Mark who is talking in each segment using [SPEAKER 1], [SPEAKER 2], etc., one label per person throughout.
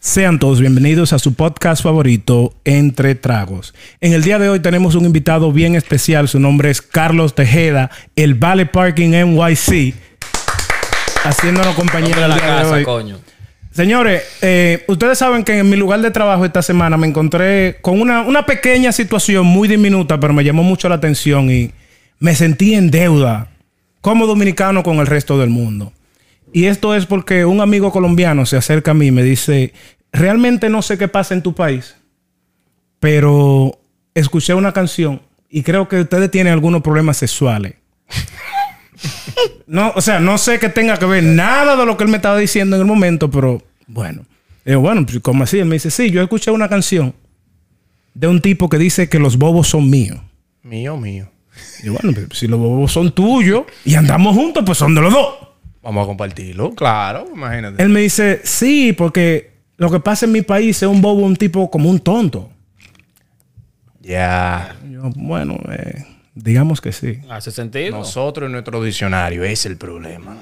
[SPEAKER 1] Sean todos bienvenidos a su podcast favorito, Entre Tragos. En el día de hoy tenemos un invitado bien especial. Su nombre es Carlos Tejeda, el Vale Parking NYC, haciéndonos compañía.
[SPEAKER 2] Hombre,
[SPEAKER 1] el
[SPEAKER 2] la
[SPEAKER 1] día de
[SPEAKER 2] casa,
[SPEAKER 1] hoy.
[SPEAKER 2] coño.
[SPEAKER 1] Señores, eh, ustedes saben que en mi lugar de trabajo esta semana me encontré con una, una pequeña situación muy diminuta, pero me llamó mucho la atención y me sentí en deuda como dominicano con el resto del mundo. Y esto es porque un amigo colombiano se acerca a mí y me dice, realmente no sé qué pasa en tu país, pero escuché una canción y creo que ustedes tienen algunos problemas sexuales. No, o sea, no sé que tenga que ver nada de lo que él me estaba diciendo en el momento, pero bueno. Digo, bueno, pues, ¿cómo así? Él me dice, sí, yo escuché una canción de un tipo que dice que los bobos son míos.
[SPEAKER 3] Mío, mío.
[SPEAKER 1] Y bueno, pues, si los bobos son tuyos y andamos juntos, pues son de los dos.
[SPEAKER 3] Vamos a compartirlo, claro, imagínate.
[SPEAKER 1] Él me dice, sí, porque lo que pasa en mi país es un bobo, un tipo como un tonto.
[SPEAKER 3] Ya.
[SPEAKER 1] Y yo, bueno, eh, digamos que sí.
[SPEAKER 2] Hace sentido.
[SPEAKER 3] Nosotros y nuestro diccionario, ese es el problema.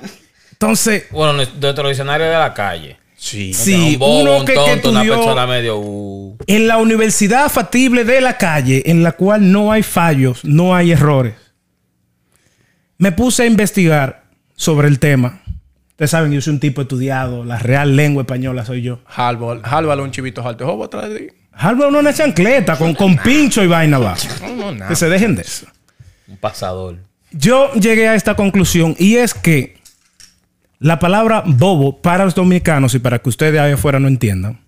[SPEAKER 1] Entonces,
[SPEAKER 2] Bueno, nuestro diccionario de la calle.
[SPEAKER 3] Sí.
[SPEAKER 1] Sí.
[SPEAKER 2] Un bobo,
[SPEAKER 1] uno
[SPEAKER 2] un
[SPEAKER 1] que- que
[SPEAKER 2] tonto, una
[SPEAKER 1] estudió-
[SPEAKER 2] persona medio. uh.
[SPEAKER 1] en la universidad factible de la calle, en la cual no hay fallos, no hay errores, me puse a investigar sobre el tema. Ustedes saben, yo soy un tipo estudiado, la real lengua española soy yo.
[SPEAKER 3] Jálvalo, jálvalo un chivito alto. Jobo atrás de ti.
[SPEAKER 1] Harvard no es una chancleta con, con pincho y vaina va.
[SPEAKER 3] No, no, nada.
[SPEAKER 1] Que se dejen de eso.
[SPEAKER 2] Un pasador.
[SPEAKER 1] Yo llegué a esta conclusión y es que la palabra bobo para los dominicanos y para que ustedes allá afuera no entiendan,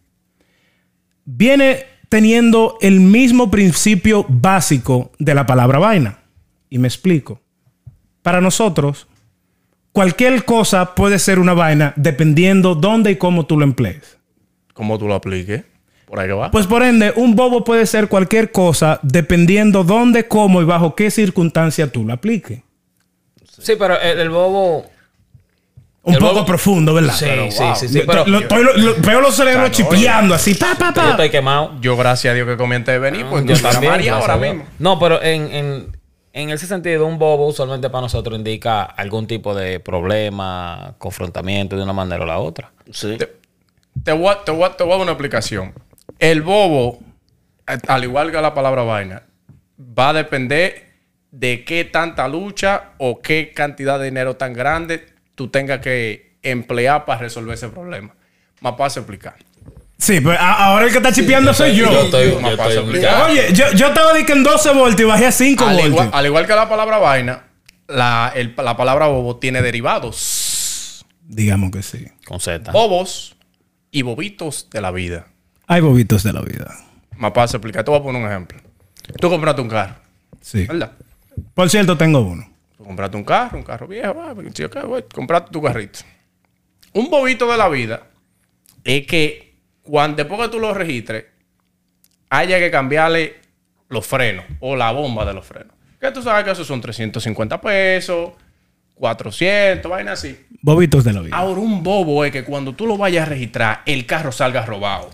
[SPEAKER 1] viene teniendo el mismo principio básico de la palabra vaina. Y me explico. Para nosotros, cualquier cosa puede ser una vaina dependiendo dónde y cómo tú lo emplees.
[SPEAKER 3] ¿Cómo tú lo apliques? Por ahí que va.
[SPEAKER 1] Pues por ende, un bobo puede ser cualquier cosa dependiendo dónde, cómo y bajo qué circunstancia tú lo apliques.
[SPEAKER 2] Sí, pero el, el bobo.
[SPEAKER 1] Un
[SPEAKER 2] El
[SPEAKER 1] poco
[SPEAKER 2] bobo-
[SPEAKER 1] profundo, ¿verdad?
[SPEAKER 2] Sí, sí,
[SPEAKER 3] wow.
[SPEAKER 2] sí, sí,
[SPEAKER 1] Lo-
[SPEAKER 2] Pero
[SPEAKER 1] lo- estoy- lo- lo- veo los cerebros chipeando así, pa, pa,
[SPEAKER 2] yo
[SPEAKER 1] pa.
[SPEAKER 2] estoy quemado.
[SPEAKER 3] Yo, gracias a Dios que comenté venir, pues
[SPEAKER 2] Yo
[SPEAKER 3] yo
[SPEAKER 2] también,
[SPEAKER 3] María
[SPEAKER 2] gracias
[SPEAKER 3] ahora
[SPEAKER 2] a Dios.
[SPEAKER 3] mismo.
[SPEAKER 2] No, pero en, en, en ese sentido, un bobo usualmente para nosotros indica algún tipo de problema, confrontamiento de una manera o la otra. Pues,
[SPEAKER 4] Sí.
[SPEAKER 3] Te, te voy a, te voy a- te voy a dar una explicación. El bobo, a- al igual que la palabra vaina, va a depender de qué tanta lucha o qué cantidad de dinero tan grande tú tengas que emplear para resolver ese problema. Más fácil explicar.
[SPEAKER 1] Sí, pero a- ahora el que está chipeando soy yo.
[SPEAKER 2] Yo estoy, yo
[SPEAKER 3] Más
[SPEAKER 2] estoy
[SPEAKER 3] fácil
[SPEAKER 2] obligado.
[SPEAKER 1] Oye, yo, yo estaba de que en 12 voltios y bajé a 5
[SPEAKER 3] Al igual,
[SPEAKER 1] voltios.
[SPEAKER 3] al igual que la palabra vaina, la, el- la palabra bobo tiene derivados.
[SPEAKER 1] Digamos que sí.
[SPEAKER 2] Con Z.
[SPEAKER 3] Bobos y bobitos de la vida.
[SPEAKER 1] Hay bobitos de la vida.
[SPEAKER 3] Más fácil explicar. Te voy a poner un ejemplo. Tú compraste un carro,
[SPEAKER 1] Sí.
[SPEAKER 3] ¿verdad?
[SPEAKER 1] Por cierto, tengo uno.
[SPEAKER 3] Tú compraste un carro, un carro viejo, va, porque sí, ok, güey, compraste tu carrito. Un bobito de la vida es que cuando después que tú lo registres, haya que cambiarle los frenos o la bomba de los frenos. Que tú sabes que esos son 350 pesos, 400, vaina así.
[SPEAKER 1] Bobitos de la vida.
[SPEAKER 3] Ahora, un bobo es que cuando tú lo vayas a registrar, el carro salga robado.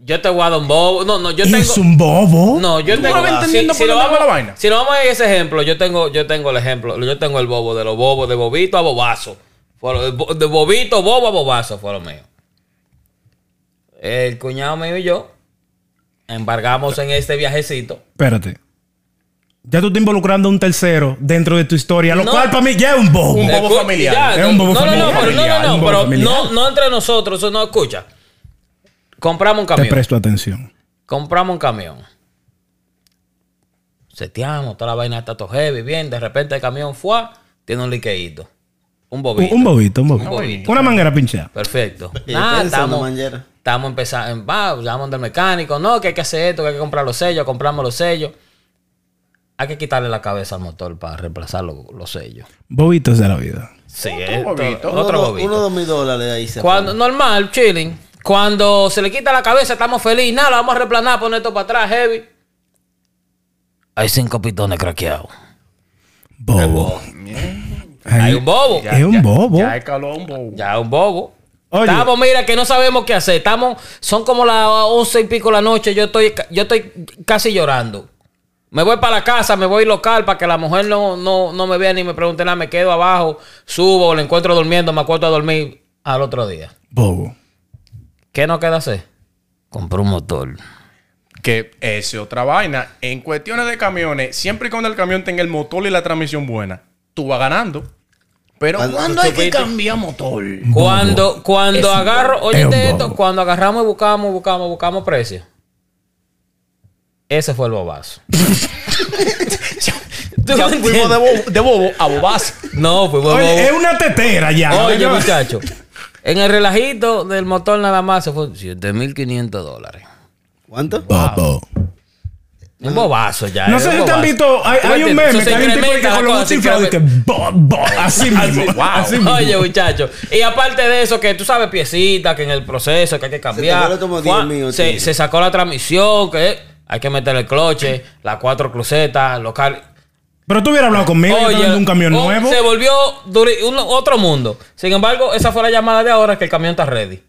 [SPEAKER 2] Yo te guardo un bobo. No, no, yo tengo.
[SPEAKER 1] Es un bobo.
[SPEAKER 2] No, yo
[SPEAKER 3] ¿Tú
[SPEAKER 2] tengo.
[SPEAKER 3] no vas entendiendo
[SPEAKER 2] si,
[SPEAKER 3] por
[SPEAKER 2] si lo
[SPEAKER 3] dónde
[SPEAKER 2] vamos,
[SPEAKER 3] va la vaina?
[SPEAKER 2] Si nos vamos a ese ejemplo, yo tengo, yo tengo el ejemplo. Yo tengo el bobo de los bobos, de bobito a bobazo. Fue lo- de bobito, bobo a bobazo fue lo mío. El cuñado mío y yo embargamos en este viajecito.
[SPEAKER 1] Espérate. Ya tú estás involucrando a un tercero dentro de tu historia, lo
[SPEAKER 2] No.
[SPEAKER 1] cual para mí ya es un bobo.
[SPEAKER 3] Un bobo
[SPEAKER 2] Escu-
[SPEAKER 3] familiar.
[SPEAKER 2] ya,
[SPEAKER 1] Es un bobo
[SPEAKER 2] no, no,
[SPEAKER 1] familiar.
[SPEAKER 2] No, pero no, no,
[SPEAKER 1] Un
[SPEAKER 2] no,
[SPEAKER 1] bobo
[SPEAKER 2] pero
[SPEAKER 1] familiar.
[SPEAKER 2] no, no entre nosotros, eso no escucha. Compramos un
[SPEAKER 1] Te
[SPEAKER 2] camión.
[SPEAKER 1] presto atención.
[SPEAKER 2] Compramos un camión. Seteamos, toda la vaina está todo heavy, bien. De repente el camión fue, tiene un liqueíto. Un
[SPEAKER 1] Un,
[SPEAKER 2] bobito.
[SPEAKER 1] un bobito, un bobito.
[SPEAKER 2] Un bobito.
[SPEAKER 1] Una manguera pinchada.
[SPEAKER 2] Perfecto.
[SPEAKER 4] Y
[SPEAKER 2] Nada,
[SPEAKER 4] tenso, una
[SPEAKER 2] estamos,
[SPEAKER 4] manguera.
[SPEAKER 2] estamos empezando. Va, llamamos del mecánico. No, que hay que hacer esto, que hay que comprar los sellos. Compramos los sellos. Hay que quitarle la cabeza al motor para reemplazar los, los sellos.
[SPEAKER 1] Bobitos de la vida.
[SPEAKER 2] Sí,
[SPEAKER 3] Otro
[SPEAKER 2] esto-
[SPEAKER 3] bobito.
[SPEAKER 4] Uno,
[SPEAKER 2] otro
[SPEAKER 4] do-
[SPEAKER 2] bobito.
[SPEAKER 4] Uno dos mil dólares ahí se
[SPEAKER 2] Cuando, normal, chilling. Cuando se le quita la cabeza, estamos felices. Nada, lo vamos a replanar, poner esto para atrás, heavy. Hay cinco pitones craqueados.
[SPEAKER 1] Bobo.
[SPEAKER 2] Hay
[SPEAKER 1] Ay,
[SPEAKER 2] un bobo.
[SPEAKER 1] Es un bobo.
[SPEAKER 3] Ya escaló un bobo.
[SPEAKER 2] Ya, un bobo.
[SPEAKER 1] Oye.
[SPEAKER 2] Estamos, mira, que no sabemos qué hacer. Estamos, son como las once y pico de la noche. Yo estoy, ca- yo estoy casi llorando. Me voy para la casa, me voy local para que la mujer no, no, no me vea ni me pregunte nada. Me quedo abajo, subo, la encuentro durmiendo, me acuerdo a dormir al otro día.
[SPEAKER 1] Bobo.
[SPEAKER 2] ¿Qué nos queda hacer? Compró un motor.
[SPEAKER 3] Que es otra vaina. En cuestiones de camiones, siempre y cuando el camión tenga el motor y la transmisión buena, tú vas ganando. Pero
[SPEAKER 4] Cuando
[SPEAKER 3] cuando
[SPEAKER 4] Ah, tú
[SPEAKER 3] hay que
[SPEAKER 4] supiste-
[SPEAKER 3] cambiar motor.
[SPEAKER 2] Cuando, cuando
[SPEAKER 4] un
[SPEAKER 2] agarro,
[SPEAKER 1] bobo. Es un
[SPEAKER 2] oye esto,
[SPEAKER 1] bobo.
[SPEAKER 2] cuando agarramos y buscamos, buscamos, buscamos precio. Ese fue el bobazo. ¿Tú
[SPEAKER 3] Ya
[SPEAKER 2] me
[SPEAKER 3] fuimos de
[SPEAKER 2] entiendes?
[SPEAKER 3] bobo, de bobo a bobazo.
[SPEAKER 2] No, fue bobo.
[SPEAKER 1] Oye, es una tetera ya.
[SPEAKER 2] Oye,
[SPEAKER 1] Yo-
[SPEAKER 2] muchacho. En el relajito del motor nada más se fue 7.500 dólares.
[SPEAKER 4] ¿Cuánto?
[SPEAKER 1] Ah,
[SPEAKER 2] Un bobazo ya.
[SPEAKER 1] No
[SPEAKER 2] es
[SPEAKER 1] sé
[SPEAKER 2] un
[SPEAKER 1] si te han
[SPEAKER 2] bobazo.
[SPEAKER 1] visto. Hay,
[SPEAKER 2] ¿Tú
[SPEAKER 1] hay un
[SPEAKER 2] entiendes?
[SPEAKER 1] meme
[SPEAKER 2] Eso se
[SPEAKER 1] que hay un tipo que con
[SPEAKER 2] incrementa la
[SPEAKER 1] los
[SPEAKER 2] cosa,
[SPEAKER 1] muchos inflados y que. Bo, bo, así mismo.
[SPEAKER 3] wow.
[SPEAKER 1] Así mismo.
[SPEAKER 2] Oye, muchacho. Y aparte de eso, que tú sabes, piecita, que en el proceso que hay que cambiar.
[SPEAKER 4] fueron como
[SPEAKER 2] Juan,
[SPEAKER 4] 10 míos,
[SPEAKER 2] se,
[SPEAKER 4] tío.
[SPEAKER 2] se sacó la transmisión, que hay que meter el cloche, las cuatro crucetas, los car-
[SPEAKER 1] Pero tú hubieras hablado conmigo. yo te vendo un camión
[SPEAKER 2] oh,
[SPEAKER 1] nuevo.
[SPEAKER 2] Se volvió duri- un- otro mundo. Sin embargo, esa fue la llamada de ahora que el camión está ready.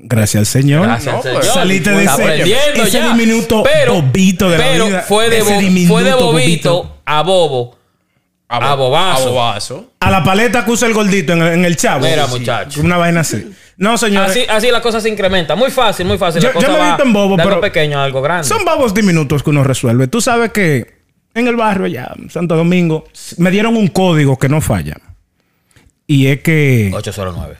[SPEAKER 1] Gracias al Señor.
[SPEAKER 2] Gracias,
[SPEAKER 3] No,
[SPEAKER 2] al
[SPEAKER 3] pues,
[SPEAKER 2] Señor.
[SPEAKER 1] saliste de
[SPEAKER 2] Está
[SPEAKER 1] ese-
[SPEAKER 2] aprendiendo
[SPEAKER 1] ese
[SPEAKER 2] ya.
[SPEAKER 1] diminuto bobito de la
[SPEAKER 2] pero
[SPEAKER 1] vida.
[SPEAKER 2] Fue de,
[SPEAKER 1] Ese
[SPEAKER 2] bo-
[SPEAKER 1] diminuto
[SPEAKER 2] fue de bobito,
[SPEAKER 1] bobito.
[SPEAKER 2] a bobo. A bobazo.
[SPEAKER 3] A bobazo.
[SPEAKER 1] A la paleta que usa el gordito en el, en el chavo.
[SPEAKER 2] Mira, muchacho.
[SPEAKER 1] Una vaina así. No, señores.
[SPEAKER 2] Así, así la cosa se incrementa. Muy fácil, muy fácil.
[SPEAKER 1] Yo-
[SPEAKER 2] la cosa
[SPEAKER 1] yo me he
[SPEAKER 2] va
[SPEAKER 1] visto en bobo,
[SPEAKER 2] de algo
[SPEAKER 1] pero-
[SPEAKER 2] pequeño a algo grande.
[SPEAKER 1] Son babos diminutos que uno resuelve. Tú sabes que en el barrio allá, en Santo Domingo, me dieron un código que no falla. Y es que
[SPEAKER 2] 809.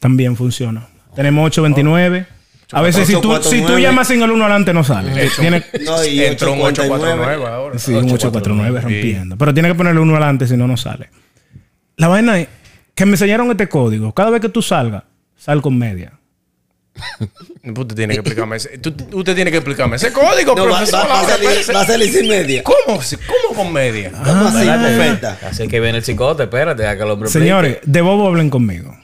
[SPEAKER 1] también funciona. Tenemos 829. A veces si tú, si tú
[SPEAKER 4] 849.
[SPEAKER 1] llamas sin el 1 adelante no sale. Tiene,
[SPEAKER 4] No, y
[SPEAKER 3] Entró un
[SPEAKER 4] 849.
[SPEAKER 3] 849 ahora.
[SPEAKER 1] sí, un 849 rompiendo. Pero tiene que ponerle 1 adelante si no, no sale. La vaina es que me enseñaron este código. Cada vez que tú salgas, sal con media.
[SPEAKER 3] Usted tiene Pues que explicarme ese, tú- usted tiene que explicarme ese código,
[SPEAKER 4] No, va,
[SPEAKER 3] profesor.
[SPEAKER 4] va- va a
[SPEAKER 3] ahora,
[SPEAKER 4] salir,
[SPEAKER 3] parece-
[SPEAKER 4] va a salir sin media.
[SPEAKER 3] ¿Cómo? se- ¿Cómo comedia?
[SPEAKER 4] ¿Cómo así?
[SPEAKER 2] Espérate.
[SPEAKER 4] Oferta.
[SPEAKER 2] Así que viene el psicote, espérate, a que el hombre
[SPEAKER 1] Señores, de bobo hablen conmigo.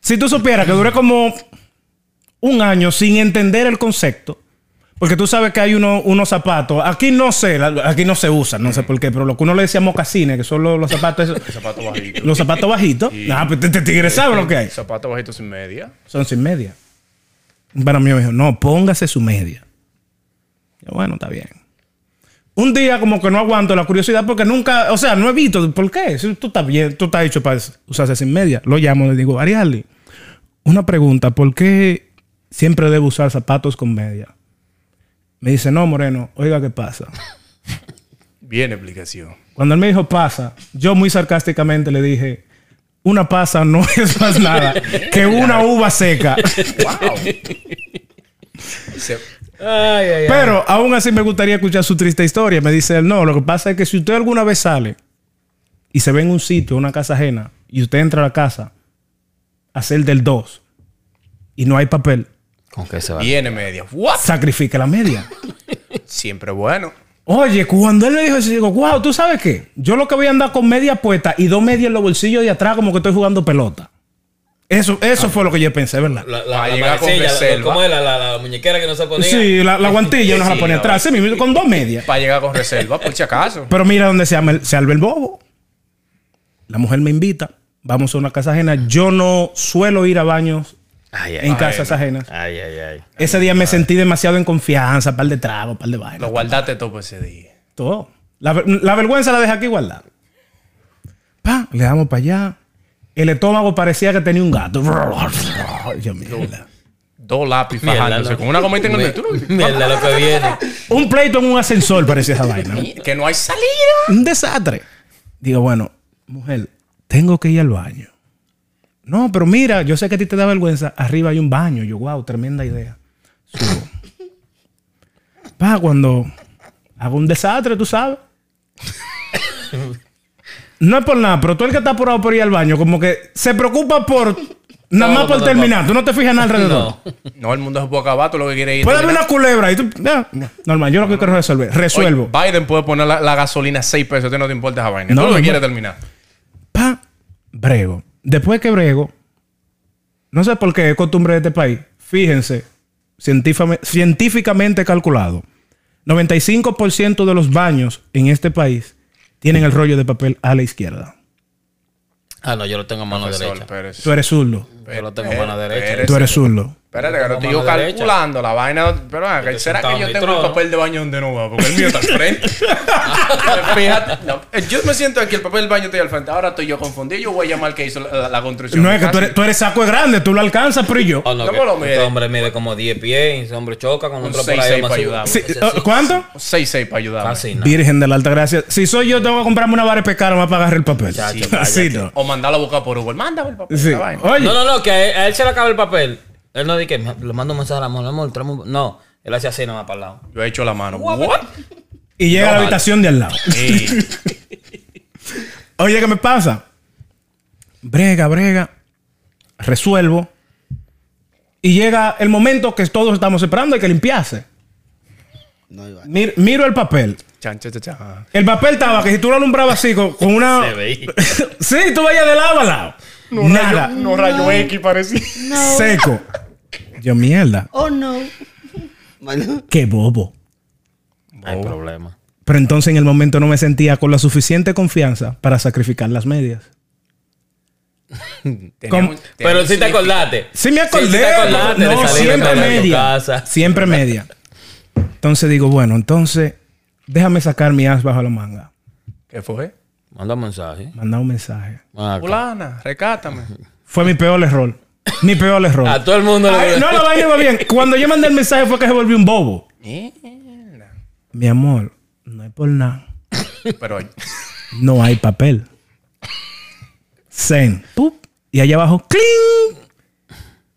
[SPEAKER 1] Si tú supieras que duré como un año sin entender el concepto, porque tú sabes que hay uno- unos zapatos, aquí no sé, la- aquí no se usan, no sé por qué, pero lo que uno le decía mocasines, que son los, los zapatos, esos-
[SPEAKER 3] Zapato bajito.
[SPEAKER 1] los zapatos bajitos. Ah, pues te, te tigre sabe lo que hay.
[SPEAKER 3] Zapato bajito sin media.
[SPEAKER 1] Son sin media. Para mí me dijo, no, póngase su media. Yo, bueno, está bien. Un día como que no aguanto la curiosidad porque nunca, o sea, no he visto, ¿por qué? Si tú estás bien, tú estás hecho para usarse sin media. Lo llamo, le digo, Ariadne, una pregunta, ¿por qué siempre debo usar zapatos con media? Me dice, no, Moreno, oiga qué pasa.
[SPEAKER 3] Bien explicación.
[SPEAKER 1] Cuando él me dijo pasa, yo muy sarcásticamente le dije, una pasa no es más nada que una uva seca.
[SPEAKER 3] Se-
[SPEAKER 2] Ay, ay, ay.
[SPEAKER 1] Pero aún así me gustaría escuchar su triste historia. Me dice él, no, lo que pasa es que si usted alguna vez sale y se ve en un sitio, una casa ajena, y usted entra a la casa a hacer del 2 y no hay papel,
[SPEAKER 2] ¿Con qué se va?
[SPEAKER 3] Viene media. What?
[SPEAKER 1] sacrifica la media.
[SPEAKER 3] Siempre bueno.
[SPEAKER 1] Oye, cuando él me dijo eso, yo digo, wow, ¿tú sabes qué? Yo lo que voy a andar con media puesta y dos medias en los bolsillos de atrás como que estoy jugando pelota. Eso, eso fue lo que yo pensé, ¿verdad?
[SPEAKER 2] La,
[SPEAKER 3] Va
[SPEAKER 2] la,
[SPEAKER 3] a
[SPEAKER 2] la,
[SPEAKER 3] llegar con
[SPEAKER 2] manecilla, la-
[SPEAKER 3] reserva.
[SPEAKER 2] ¿Cómo es la, la, la muñequera que no se ponía?
[SPEAKER 1] sí, la, la guantilla uno se la
[SPEAKER 3] Sí,
[SPEAKER 1] ponía
[SPEAKER 3] la
[SPEAKER 1] atrás, sí, mismo, con dos medias.
[SPEAKER 3] Para llegar con reserva, por si acaso.
[SPEAKER 1] Pero mira donde se, arma el- se alba el bobo. La mujer me invita. Vamos a una casa ajena. Yo no suelo ir a baños
[SPEAKER 2] Ay, ay,
[SPEAKER 1] en casas ajenas.
[SPEAKER 2] ay, ay, ay.
[SPEAKER 1] Ese día me sentí demasiado en confianza. Par de tragos, par de
[SPEAKER 3] Lo
[SPEAKER 1] vainas.
[SPEAKER 3] guardaste todo por ese día.
[SPEAKER 1] Todo. La, ver- la vergüenza la dejé aquí guardada. Pa, le damos para allá. El estómago parecía que tenía un gato. Yo, mierda.
[SPEAKER 3] Dos lápices
[SPEAKER 2] Mierda,
[SPEAKER 3] fajándose
[SPEAKER 2] lo-
[SPEAKER 3] con una gomita en el
[SPEAKER 2] Mi-
[SPEAKER 3] tú
[SPEAKER 2] Mierda, lo que viene.
[SPEAKER 1] Un pleito en un ascensor parecía esa vaina.
[SPEAKER 3] Que no hay salida.
[SPEAKER 1] un desastre. Digo, bueno, mujer, tengo que ir al baño. No, pero mira, yo sé que a ti te da vergüenza. Arriba hay un baño. Yo, wow, tremenda idea. Subo. Pa, cuando hago un desastre, tú sabes. No es por nada, pero tú el que está apurado por ir al baño, como que se preocupa por... Nada
[SPEAKER 2] No,
[SPEAKER 1] más por
[SPEAKER 2] no, no,
[SPEAKER 1] terminar. Tú no te fijas nada alrededor.
[SPEAKER 2] No.
[SPEAKER 3] No, el mundo es poco abajo. Tú lo que quieres ir.
[SPEAKER 1] Puede haber una culebra y tú... ya, normal, yo lo que quiero es resolver. Resuelvo.
[SPEAKER 3] Oye, Biden puede poner la, la gasolina a 6 pesos. A ti no te importa esa vaina.
[SPEAKER 1] No,
[SPEAKER 3] No, tú lo
[SPEAKER 1] no,
[SPEAKER 3] que quieres
[SPEAKER 1] no.
[SPEAKER 3] terminar.
[SPEAKER 1] pa, brego. Después que brego, no sé por qué es costumbre de este país, fíjense, científame- científicamente calculado, 95% de los baños en este país tienen el rollo de papel a la izquierda.
[SPEAKER 2] Ah, no, yo lo tengo a mano
[SPEAKER 3] Sol
[SPEAKER 2] derecha.
[SPEAKER 3] Pérez.
[SPEAKER 1] Tú eres zurdo.
[SPEAKER 2] Yo lo tengo a mano
[SPEAKER 3] Pérez.
[SPEAKER 2] derecha.
[SPEAKER 1] Tú eres zurdo.
[SPEAKER 3] Espérate, que no estoy
[SPEAKER 2] mano
[SPEAKER 3] yo
[SPEAKER 2] derecha.
[SPEAKER 3] calculando la vaina. Pero ven acá,
[SPEAKER 2] Estoy
[SPEAKER 3] ¿será
[SPEAKER 2] sentado
[SPEAKER 3] que yo
[SPEAKER 2] en mi
[SPEAKER 3] tengo el
[SPEAKER 2] trono.
[SPEAKER 3] papel de baño donde no va? Porque el mío está al frente. Fíjate. no, yo me siento aquí, el papel del baño estoy al frente. Ahora estoy yo confundido. Yo voy a llamar al que hizo la, la- la construcción.
[SPEAKER 1] No es que tú eres, tú eres saco de grande, tú lo alcanzas, pero ¿y yo.
[SPEAKER 2] Oh, no,
[SPEAKER 3] ¿Cómo
[SPEAKER 2] que
[SPEAKER 3] lo
[SPEAKER 2] este
[SPEAKER 3] mide?
[SPEAKER 2] hombre mide como 10 pies, y ese hombre choca con
[SPEAKER 3] Un
[SPEAKER 2] otro
[SPEAKER 3] 6'6"
[SPEAKER 2] por ahí
[SPEAKER 3] para
[SPEAKER 2] más
[SPEAKER 3] ayudar.
[SPEAKER 1] Sí, eh, ¿Cuánto?
[SPEAKER 3] 6-6 para ayudarme.
[SPEAKER 2] Casi nada.
[SPEAKER 1] Virgen de la Alta Gracia. Si soy yo, tengo que comprarme una vara de pescar, me va a pagar el papel.
[SPEAKER 2] Chacho,
[SPEAKER 1] Así
[SPEAKER 2] cállate.
[SPEAKER 1] no.
[SPEAKER 3] O mandarlo a buscar por Uber. Mándame el papel.
[SPEAKER 1] Sí.
[SPEAKER 3] la vaina.
[SPEAKER 1] Oye,
[SPEAKER 2] No, no, no, que a él, a él se le acaba el papel. Él no dice que "Ma- le mando un mensaje al amor, amor, tráeme un- No, él hace así nomás para el lado.
[SPEAKER 3] Yo he hecho la mano. ¿What?
[SPEAKER 1] y llega a la habitación de al lado.
[SPEAKER 3] Sí.
[SPEAKER 1] Oye, ¿qué me pasa? Brega, brega. Resuelvo. Y llega el momento que todos estamos esperando, hay que limpiarse.
[SPEAKER 4] No, iba.
[SPEAKER 1] Mir- miro el papel.
[SPEAKER 3] Chan, chan, chan, chan.
[SPEAKER 1] El papel estaba que si tú lo alumbrabas así con, con una.
[SPEAKER 2] Se veía.
[SPEAKER 1] sí, tú vayas de lado a lado. Nada.
[SPEAKER 3] No rayo X parecía.
[SPEAKER 4] No.
[SPEAKER 1] Seco. Yo, mierda.
[SPEAKER 4] Oh, no. Mano,
[SPEAKER 1] Qué bobo.
[SPEAKER 3] Oh.
[SPEAKER 2] No hay problema.
[SPEAKER 1] Pero entonces en el momento no me sentía con la suficiente confianza para sacrificar las medias. ¿Cómo?
[SPEAKER 2] Pero si te acordaste.
[SPEAKER 1] Sí me acordé.
[SPEAKER 2] Sí, sí te acordaste de
[SPEAKER 1] no,
[SPEAKER 2] salir
[SPEAKER 1] siempre
[SPEAKER 2] de tu
[SPEAKER 1] media.
[SPEAKER 2] casa.
[SPEAKER 1] Siempre media. Entonces digo, bueno, entonces déjame sacar mi as bajo la manga.
[SPEAKER 3] ¿Qué fue?
[SPEAKER 2] Manda un mensaje.
[SPEAKER 1] Mandar un mensaje.
[SPEAKER 2] Ah,
[SPEAKER 3] Fulana, recátame.
[SPEAKER 1] Fue mi peor error. Mi peor error.
[SPEAKER 2] A todo el mundo le
[SPEAKER 1] Ay, no, la vaina iba bien. Cuando yo mandé el mensaje fue que se volvió un bobo.
[SPEAKER 3] Mierda.
[SPEAKER 1] Mi amor, no es por nada.
[SPEAKER 3] Pero
[SPEAKER 1] No hay papel. Zen. Pup. Y allá abajo, ¡cling!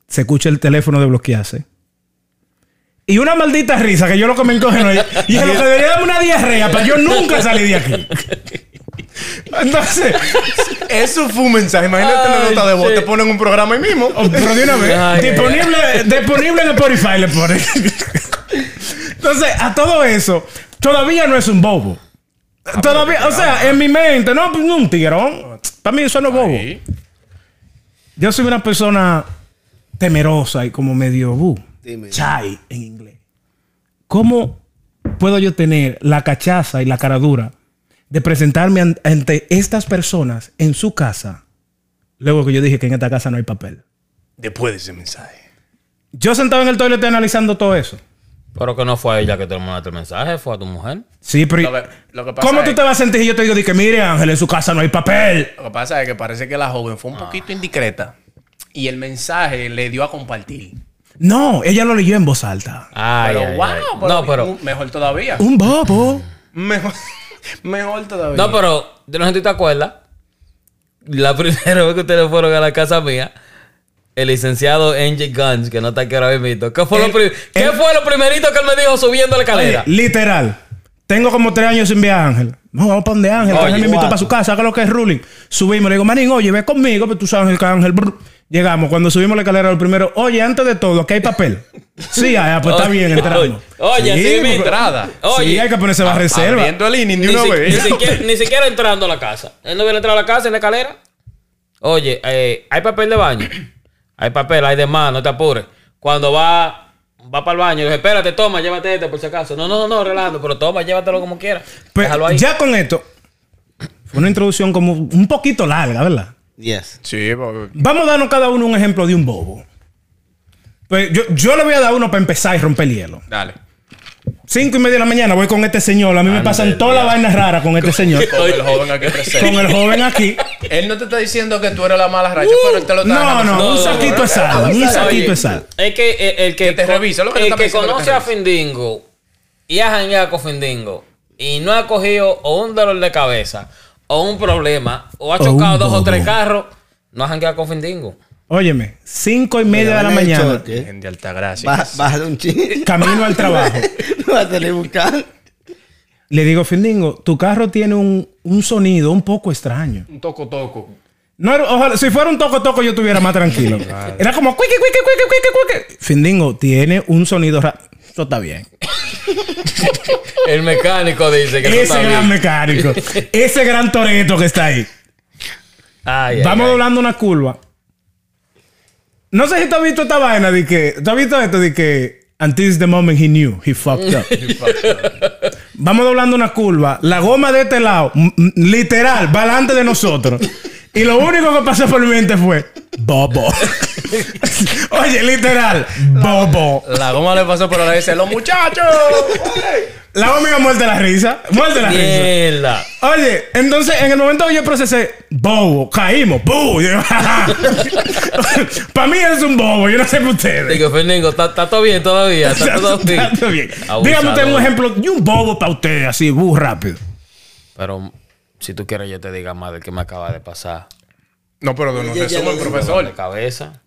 [SPEAKER 1] Se escucha el teléfono de bloquearse. Y una maldita risa que yo lo que me encoge no es. Y es lo que debería darme una diarrea, pero yo nunca salí de aquí. Entonces,
[SPEAKER 3] eso fue un mensaje. Imagínate
[SPEAKER 2] Ay,
[SPEAKER 3] la nota de voz.
[SPEAKER 2] sí.
[SPEAKER 3] Te ponen un programa ahí mismo.
[SPEAKER 1] oh, pero de una vez,
[SPEAKER 2] Ay,
[SPEAKER 1] disponible, disponible en Spotify le pone. Entonces, a todo eso, todavía no es un bobo.
[SPEAKER 2] Ah,
[SPEAKER 1] Todavía, o sea, en mi mente, no, pues, no un tiguerón. Para mí eso no es bobo.
[SPEAKER 3] Sí.
[SPEAKER 1] Yo soy una persona temerosa y como medio bu.
[SPEAKER 4] Dime.
[SPEAKER 1] Chai en inglés. ¿Cómo puedo yo tener la cachaza y la cara dura de presentarme an- ante estas personas en su casa? Luego que yo dije que en esta casa no hay papel.
[SPEAKER 3] Después de ese mensaje.
[SPEAKER 1] Yo sentado en el toilet analizando todo eso.
[SPEAKER 2] Pero que no fue a ella que te mandaste el mensaje, fue a tu mujer.
[SPEAKER 1] Sí, pero.
[SPEAKER 3] Lo que- lo que pasa
[SPEAKER 1] ¿Cómo tú
[SPEAKER 3] es-
[SPEAKER 1] te vas a sentir? Y yo te digo, di que mire, Ángel, en su casa no hay papel.
[SPEAKER 3] Lo que pasa es que parece que la joven fue un poquito indiscreta. Y el mensaje le dio a compartir.
[SPEAKER 1] No, ella lo leyó en voz alta.
[SPEAKER 2] Ay,
[SPEAKER 3] pero
[SPEAKER 2] ay,
[SPEAKER 3] wow,
[SPEAKER 2] ay.
[SPEAKER 3] pero-
[SPEAKER 2] no, pero.
[SPEAKER 3] mejor todavía.
[SPEAKER 1] Un bobo.
[SPEAKER 3] Mejor, mejor todavía.
[SPEAKER 2] No, pero. Yo no sé si tú te acuerdas. La primera vez que ustedes fueron a la casa mía. El licenciado NJ Guns, que no está aquí ahora mismo. ¿Qué fue,
[SPEAKER 1] El-
[SPEAKER 2] lo pri- ¿Qué
[SPEAKER 1] el-
[SPEAKER 2] fue lo primerito que él me dijo subiendo la escalera?
[SPEAKER 1] Oye, Eh, literal. Tengo como tres años sin ver a Ángel. No, vamos para donde Ángel. que
[SPEAKER 2] Oye,
[SPEAKER 1] Ángel me invitó
[SPEAKER 2] guapo.
[SPEAKER 1] para su casa. Haga lo que es ruling. Subimos. Le digo, Marín, oye, ve conmigo. Pero tú sabes Ángel, que Ángel. brr. Llegamos. Cuando subimos la escalera, el primero, oye, antes de todo, aquí hay papel. Sí, ah, pues está bien, entramos.
[SPEAKER 2] Oye,
[SPEAKER 1] sí,
[SPEAKER 2] sí, mi
[SPEAKER 1] porque-
[SPEAKER 2] entrada. Oye.
[SPEAKER 1] Sí, hay que ponerse bajo reserva.
[SPEAKER 3] Abriendo el inning de
[SPEAKER 2] ni,
[SPEAKER 3] una
[SPEAKER 2] si- ni
[SPEAKER 3] vez.
[SPEAKER 2] siquiera, ni siquiera entrando a la casa. Él no hubiera entrado a la casa en la escalera. Oye, eh, hay papel de baño. Hay papel, hay de más, no te apures. Cuando va, va para el baño, le dice, espérate, toma, llévate este por si acaso. No, no, no, relajando, pero toma, llévatelo como quieras.
[SPEAKER 1] Pero
[SPEAKER 2] Déjalo ahí.
[SPEAKER 1] Pues, ya con esto, fue una introducción como un poquito larga, ¿verdad?
[SPEAKER 4] Yes.
[SPEAKER 3] Sí, porque-
[SPEAKER 1] Vamos a darnos cada uno un ejemplo de un bobo. Pues yo, yo le voy a dar uno para empezar y romper el hielo.
[SPEAKER 3] Dale.
[SPEAKER 1] Cinco y media de la mañana voy con este señor. A mí me
[SPEAKER 2] Ande,
[SPEAKER 1] pasan todas las vainas raras con este señor.
[SPEAKER 3] Con el joven aquí
[SPEAKER 1] con
[SPEAKER 3] presente.
[SPEAKER 1] el joven aquí.
[SPEAKER 3] Él no te está diciendo que tú eres la mala racha, pero él te lo está
[SPEAKER 1] No,
[SPEAKER 3] dejando
[SPEAKER 1] no, un
[SPEAKER 2] no,
[SPEAKER 1] saquito
[SPEAKER 2] no,
[SPEAKER 1] de sal. Un saquito
[SPEAKER 2] Oye,
[SPEAKER 1] de sal.
[SPEAKER 2] Es que el, el que,
[SPEAKER 3] Que te revise, lo que te
[SPEAKER 2] el
[SPEAKER 3] está
[SPEAKER 2] que
[SPEAKER 3] pensando que
[SPEAKER 2] conoce
[SPEAKER 3] te
[SPEAKER 2] a
[SPEAKER 3] revise.
[SPEAKER 2] Findingo y ha jangueado con Findingo y no ha cogido o un dolor de cabeza o un problema o ha
[SPEAKER 1] O
[SPEAKER 2] chocado
[SPEAKER 1] un
[SPEAKER 2] dos o
[SPEAKER 1] bobo.
[SPEAKER 2] tres carros, no ha jangueado con Findingo.
[SPEAKER 1] Óyeme, cinco y media de la
[SPEAKER 4] Van a ir
[SPEAKER 1] mañana.
[SPEAKER 4] choque.
[SPEAKER 3] de alta gracia.
[SPEAKER 4] Ba- Bájale un ching.
[SPEAKER 1] Camino al trabajo.
[SPEAKER 4] No va a salir buscando.
[SPEAKER 1] Le digo, Findingo, tu carro tiene un, un sonido un poco extraño.
[SPEAKER 3] Un toco toco.
[SPEAKER 1] No, era- ojalá, si fuera un toco toco yo estuviera más tranquilo. Era como cuique, cuique, cuique, cuique, cuique. Findingo, tiene un sonido raro. Eso está bien.
[SPEAKER 2] El mecánico dice que no está
[SPEAKER 1] Ese gran
[SPEAKER 2] bien.
[SPEAKER 1] mecánico. Ese gran toreto que está ahí.
[SPEAKER 2] Ay, ay,
[SPEAKER 1] Vamos
[SPEAKER 2] ay.
[SPEAKER 1] doblando una curva. No sé si tú has visto esta vaina de que. ¿Tú has visto esto de que. Until this the moment he knew, he fucked up. Vamos doblando una curva. La goma de este lado, m- m- literal, va delante de nosotros. Y lo único que pasó por mi mente fue. Bobo. Oye, literal, bobo.
[SPEAKER 2] La goma le pasó por la
[SPEAKER 3] Dice, los muchachos.
[SPEAKER 1] La amiga muerte la risa. Muerte la risa.
[SPEAKER 2] Mierda.
[SPEAKER 1] Oye, entonces en el momento que yo procesé, bobo, caímos, Para mí es un bobo, yo no sé para ustedes.
[SPEAKER 2] Digo, Fernando, ¿está está todo bien todavía? ¿Está todo bien?
[SPEAKER 1] Está bien.
[SPEAKER 2] Abusador.
[SPEAKER 1] Dígame usted un ejemplo de un bobo para usted, así, bu, rápido.
[SPEAKER 2] Pero si tú quieres, yo te diga más del que me acaba de pasar.
[SPEAKER 3] No, pero de un resumen,
[SPEAKER 2] De
[SPEAKER 3] profesor.
[SPEAKER 2] cabeza.